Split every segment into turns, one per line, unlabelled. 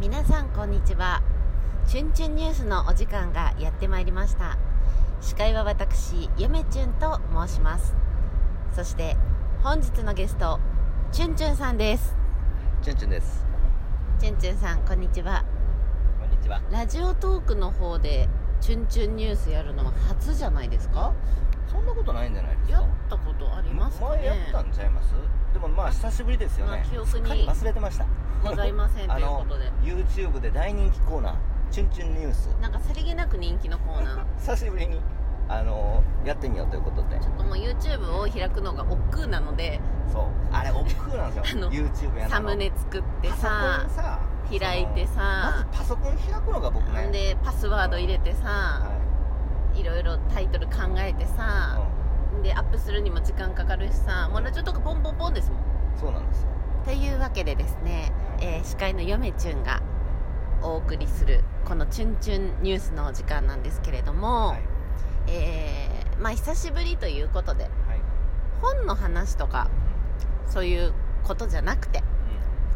皆さんこんにちはチュンチュンニュースのお時間がやってまいりました司会は私ゆめちゅんと申しますそして本日のゲストチュンチュンさんです
チュンチュンです
チュンチュンさんこんにちは
こんにちは
ラジオトークの方でチュンチュンニュースやるのは初じゃないですか
そんなことないんじゃないです
や
か
ったことありますか
前や
ね
ったんちゃいますでもまあ久しぶりですよ
まあ
ね
記憶に
すっかり忘れてました
ございませんと
あ
いうこ
の
とで
YouTube で大人気コーナーチュンチュンニュース
なんかさりげなく人気のコーナー
久しぶりにあのやってみようということで
ちょっともう YouTube を開くのが億劫なので
そうあれ億劫なんです
あ
よ
の
YouTube やるの
サムネ作って
パソコ
さ
ンさ
開いて
そのま
さ
ずパソコン開くのが僕
ほん
ね
でパスワード入れてさ
はい
ろいろタイトル考えてさでアップするにも時間かかるしさもうラジオとかポンポンポンですもん
いうんそうなんですよ
というわけでですね、えー司会のヨメチュンがお送りするこの「チュンチュンニュース」のお時間なんですけれども、
はい
えーまあ久しぶりということで
はい
本の話とかそういうことじゃなくて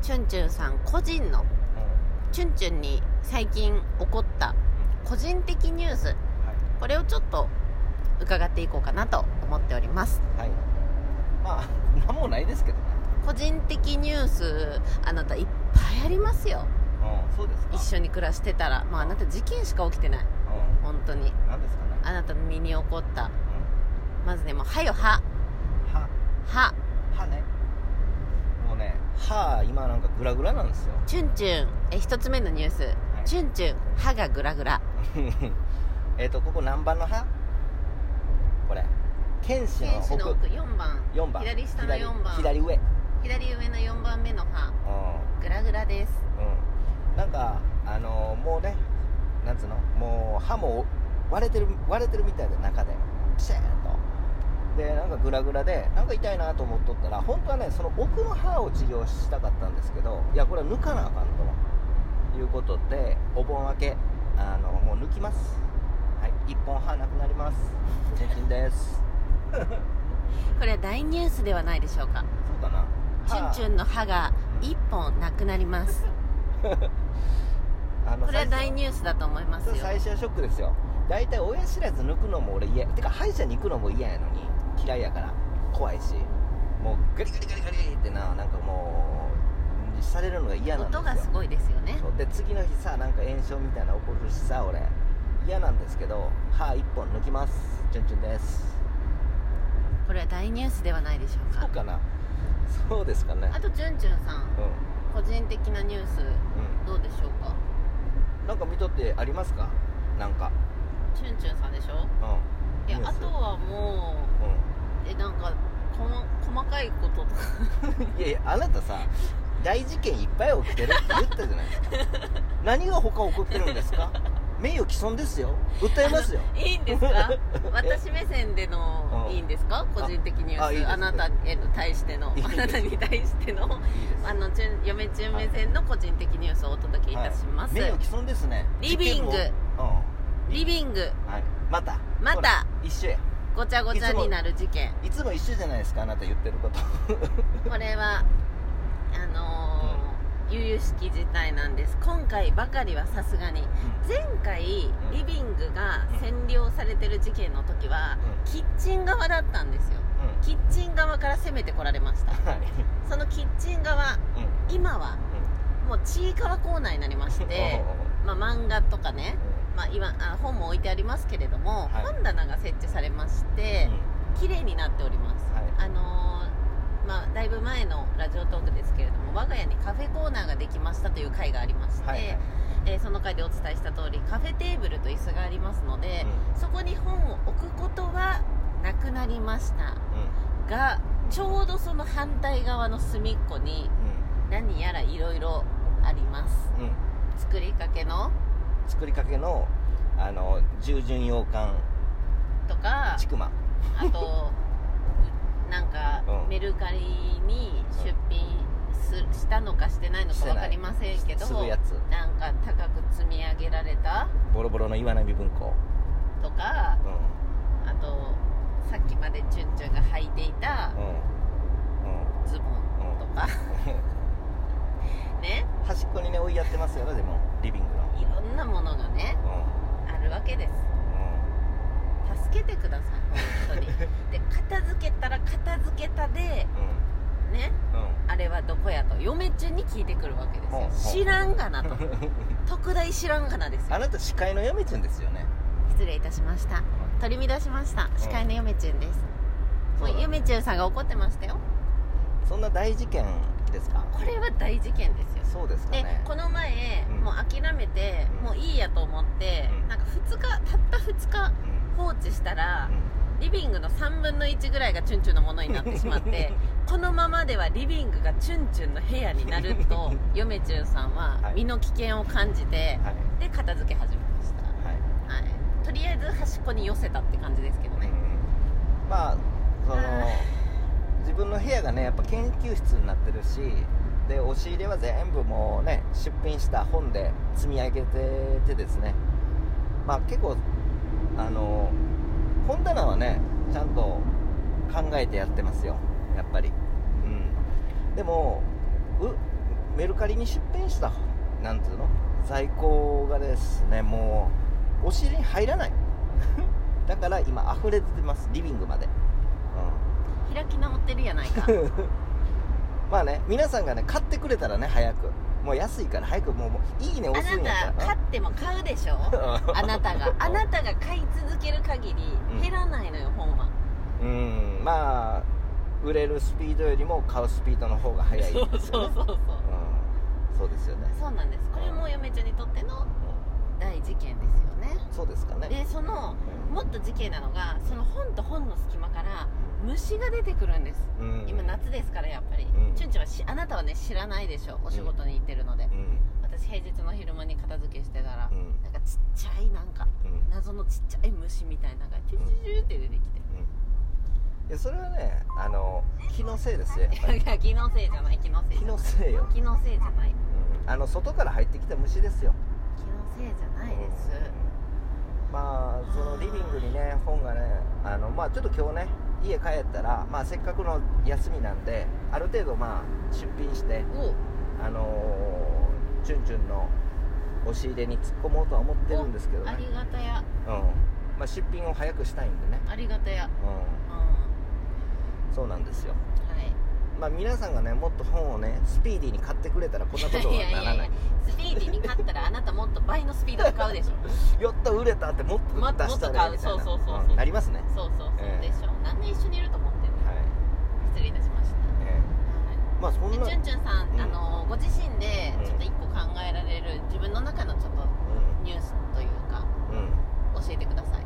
チュンチュンさん個人の
うんうん
チュンチュンに最近起こった個人的ニュースこれをちょっと伺っていこうかなと思っております
はいはいまあ なんもないですけどね
個人的ニュースあなたいっぱいありますよ
うんそうですか
一緒に暮らしてたらまああなた事件しか起きてない
うん
本当に
何ですかね
あなたの身に起こった
う
まずねもう「はよは
ん歯」
は
歯ねもうね歯今なんかグラグラなんですよ
チュンチュンえ一つ目のニュース
い
チュンチュン歯がグラグラ
えっとここ何番の歯これ剣士の
剣士の
奥
奥4番
4番
左下の4番
左左上
左上の4番目の歯
う
グラグラです
んうんなんかあのーもうねなんつうのもう歯も割れてる割れてるみたいで中でピシャーンとでなんかグラグラでなんか痛いなと思っとったら本当はねその奥の歯を治療したかったんですけどいやこれは抜かなあかんということでお盆明けあのもう抜きますはい一本歯なくなり ます全金です
これは大ニュースではないでしょうか
そうかな
チュンチュ
ン
ンの歯が1本なくなります
あの
これは大
最初
ニュースだと思いますよ
最初はショックですよ大体親知らず抜くのも俺嫌てか歯医者に行くのも嫌やのに嫌いやから怖いしもうガリガリガリガリってななんかもうされるのが嫌なんですよ
音がすごいですよね
そうで次の日さなんか炎症みたいなの起こるしさ俺嫌なんですけど歯1本抜きますチュンチュンです
これは大ニュースではないでしょう
そう
か
かなそうですかね
あとチュンチュンさん
うん
個人的なニュース
う
どうでしょうか
んなんか見とってありますかなんか
チュンチュンさんでしょ
う
いや
ニュー
あ
ス
とはも
んうん
うえなんかこの細かいこととか
いやいやあなたさ大事件いっぱい起きてるって言ったじゃないですか 何が他起こってるんですか名誉毀損ですよ訴えますよ
あの いいんですか私目線での
うん
いいんですか個人的ニュ
あいい
ー
で
ス
す
あなたへの対しての
いいです
あなたに対しての
いいです
あのチュン嫁チュン目線の個人的ニュースをお届けいたします、
名誉毀損ですね
リビング
事件も
リビング
うんはい、また
ま
ほら
た
一緒や
ごちゃごちゃになる事件
いつも一緒じゃないですかあなた言って ること
これはあのー由々しき事態なんです今回ばかりはさすがに前回
うん
リビングが
うん
占領されてる事件の時は
うん
キッチン側だったんですよ
うん
キッチン側から攻めてこられました
はい
そのキッチン側
うんうん
今はもうちいかわコーナーになりまして
おうおう おう
まあ漫画とかね
う
まあ、今あ本も置いてありますけれども、
はい
本棚が設置されまし
ん
て
うん
綺麗になっております
は
あ
い
のーまあ、だいぶ前のラジオトークですけれども我が家にカフェコーナーができましたという回がありまして、
はいはい
えーその回でお伝えした通りカフェテーブルと椅子がありますので、そこに本を置くことはなくなりました
うんうん
がちょうどその反対側の隅っこに何やらいろいろあります
うんうん
作りかけの
作りかけのあの従順洋館
とか
ちくま
あとうなんか
うん
メルカリに出品すしたのかしてないのか分かりませんけど
するやつ
なんか高く積み上げられた
ボロボロの岩波文庫
とか
うん
あとさっきまでチュンチュンが履いていた
うんうん
ズボンとかね
端っこにね追いややってますよでもリビングの
いろんなものがねあるわけです
う
助けてください本当にで片付けたら片付けたで
んうん
ね
うんうん
あれはどこやと嫁中に聞いてくるわけ
ほうほ
で
う
すよ知らんがな と特大知らんがなですよ
あなた司会の嫁ちゃんですよね
失礼いたしました取り乱しました司会の嫁中です、も
そ
う
うだ
嫁中さんが怒ってましたよ
そんな大事件ですか
これは大事件ですよ
そうですか
で
ね
この前、
うん
もう諦めて、
うん
もういいやと思って、
うん
なんか2日たった2日
うん
放置したら
うん
リビングの3分の1ぐらいがチュンチュンのものになってしまって このままではリビングがチュンチュンの部屋になる と嫁チュンさんは
はい
身の危険を感じて、
はい
で片付け始めました、
はい
はい、とりあえず端っこに寄せたって感じですけどね、
うんまあその
あ
自分の部屋がねやっぱ研究室になってるしで押し入れは全部もうね出品した本で積み上げててですねまあ結構あの本棚はねちゃんと考えてやってますよやっぱりうんでもうメルカリに出品したなんつうの在庫がですねもう押し入れに入らない だから今溢れ出てますリビングまで、う
開き直ってるやない か
ん、まあね皆さんがね買ってくれたらね早くもう安いから早くもうもういいね
あ
押すんや
な
ったた
買
ら
っても買うで しょあなたがあなたが買い続ける限
うん
り減らないのよ本は、
うんまあ売れるスピードよりも買うスピードの方が早いです
そ
よ
う
ね
そうそうそう
うんそうですよね、
そうなんですこれも嫁ちゃんにとっての大事件ですよね
うんそうですかね
でその
うん
もっと事件なのがその本と本の隙間から虫が出てくるんです
うん
今夏ですからやっぱり、
うん
チュンチュンはしあなたはね知らないでしょお仕事に行ってるので、
うん
私平日の昼間に片付けしてたら、
うん
なんかちっちゃいなんか
うん
謎のちっちゃい虫みたいなのがチュチュチュって出てきて
いやそれはねあの気のせいですよやっ ぱり
いや気のせいじゃない気のせい
気
じゃな
の
い
せいよ、
気のせいじゃない
うんあの外から入ってきた虫ですよ
気のせいじゃないです、
うんまあそのリビングにね本がねあのまあちょっと今日ね家帰ったら、まあ、せっかくの休みなんである程度まあ出品して
お
あのーチュンチュンの押し入れに突っ込もうとは思ってるんですけど
あ
ね、
りがたや
うんまあ、出品を早くしたいんでね、
ありがたやうんは
うん、そうなんですよ
い
まあ、皆さんがねもっと本をねスピーディーに買ってくれたらこんなことはならない
いやいやいやスピーディーに勝ったらあなたもっと倍のスピードで買うでしょ
やった売れたってもっと出
もっと
したらいいみたいな
もっと買うそうそうそうそうん
なりますね
そうそうそうでしょ、なんで一緒にいると思ってんの
はい、
失礼いたしました、
え
は
えまあそん
い、で
な
チュンチュンさん、
うん
あのご自身で
うん
ちょっと一個考えられる自分の中のちょっとニュースというか
うんうん
教えてください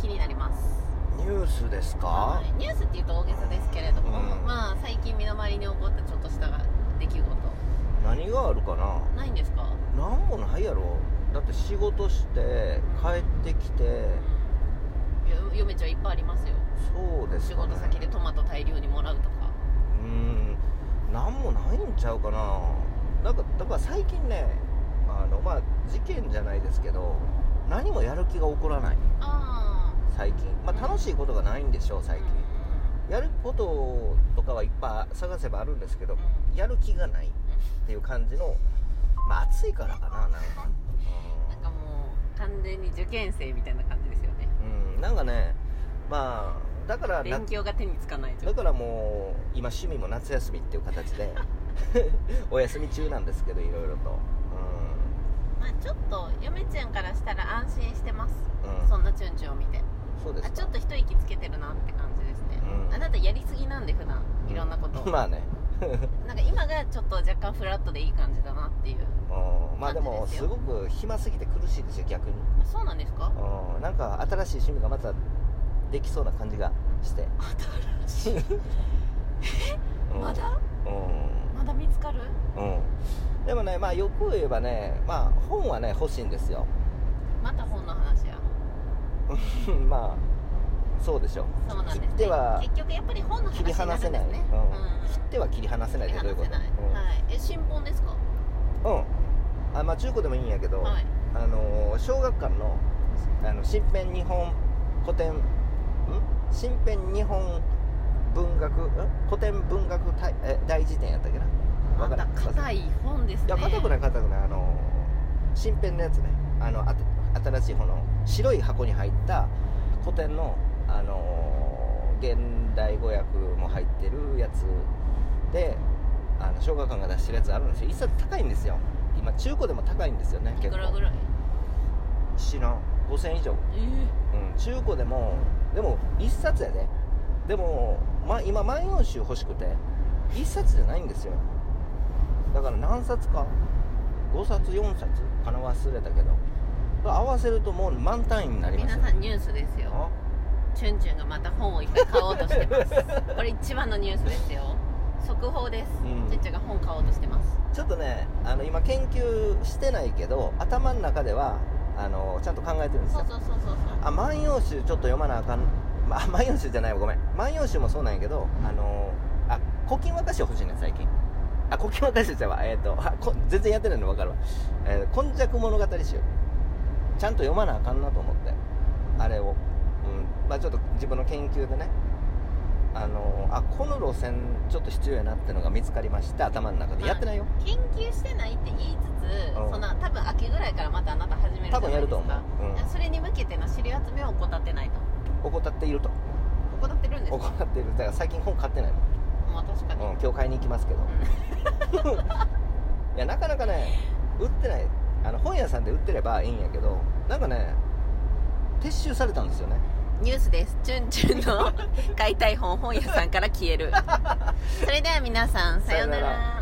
気になります
ニュースですか
はい、ニュースっていうと大げさですけれども、
うん
まあ最近身の回りに起こったちょっとした出来事
何があるかな
ないんですか、
何もないやろだって仕事して帰ってきて
よ嫁ちゃんいっぱいありますよ
そうです
仕
か、ね、
事先でトマト大量にもらうとか
うん何もないんちゃうかななんかだから最近ねあのまあ事件じゃないですけど何もやる気が起こらない
あ
最近まあ楽しいことがないんでしょう
あ
最近やることとかはいっぱい探せばあるんですけど
う
やる気がないっていう感じのまあ暑いからかななんか
なんかもう完全に受験生みたいな感じですよね
うん、うん、なんかねまあだからな
勉強が手につかない
だからもう今趣味も夏休みっていう 形でお休み中なんですけどいろいろと
まあちょっと嫁ちゃんからしたら安心してます、
うん、うん、
そんなチュンチュンを見て
そうです
あ
か
ちょっと一息つけてるなって感じですね、
うん
あなたやりすぎなんで普段いろんなことを、
まあね
なんか今がちょっと若干フラットでいい感じだなっていう
うんまあでも
感じです
す
よ
ごく暇すぎて苦しいですよ逆に、
あそうなんですか
うん、なんか新しい趣味がまたできそうな感じがして新しいえ
まだ
うん
まだ見つかる
うん、でもね、まあ、よく言えばね、まあ、本はね欲しいんですよ
また本の話や
まあそうでしょ
そうなんです、ね、
切っては
結局やっぱり本の話
切
に
り
な
離
る
せ
ん
な
で
い、
すね
うん
うん
切っては切り離せない
切
で
り
どういう
離
こ
せない、はいえ新本ですか
と、うんうんあまあ、中古でもいいんやけど、
はい
あのー小学館のあの新編日本古典ん新編日本文学ん古典文学大え大辞典やったっけな
あ
わ
ん
か
た
る
硬い本ですね
いや硬くない硬くないあの新編のやつねあのあた新しい方の白い箱に入った古典のあの現代語訳も入ってるやつであの小学館が出してるやつあるんですよ一冊高いんですよ今中古でも高いんですよね
い
結
くらぐ
構
らい
知らん5000以上、
えー
うん、中古でもでも一冊やででも、ま、今万葉集欲しくて一冊じゃないんですよだから何冊か5冊4冊かな忘れたけど合わせるともう満単位になりま
皆
す
さんニュースですよ
あ
チュンチュンがまた本をいっぱい買おうとして ますこれ一番のニュースですよ速報です、
うん
チュンチュンが本買おうとしてます
ちょっとねあの今研究してないけど頭の中ではあのちゃんと考えてるんで
そ
す
う
よ
そうそうそう
あ万葉集ちょっと読まなあかん、まあ、 万葉集じゃないわごめん万葉集もそうなんやけどあのーあ古今和歌集欲しいねん最近あ古今和歌集じゃうわえっ、とあこ全然やってないの分かるわ「えー、今昔物語集」ちゃんと読まなあかんなと思ってあれを、うんまあ、ちょっと自分の研究でねあのーあこの路線ちょっと必要やなってのが見つかりました頭の中でやってないよ
そう研究してないって言いつつ、
うん
その多分秋ぐらいからまたあなた始めるじ
多
ゃな
分
い
や
で
る
す
と思う
か、いやそれに向けての資料集めを怠ってないと
うん、怠っていると
怠ってるんですか
怠っているだから最近本買ってないも
まあ確かに、
ん、うん、今日買いに行きますけど いやなかなかね売ってないあの本屋さんで売ってればいいんやけどなんかね撤収されたんですよね
ニュースですチュンチュン の買いたい本本屋さんから消えるそれでは皆さんさような
さような
ら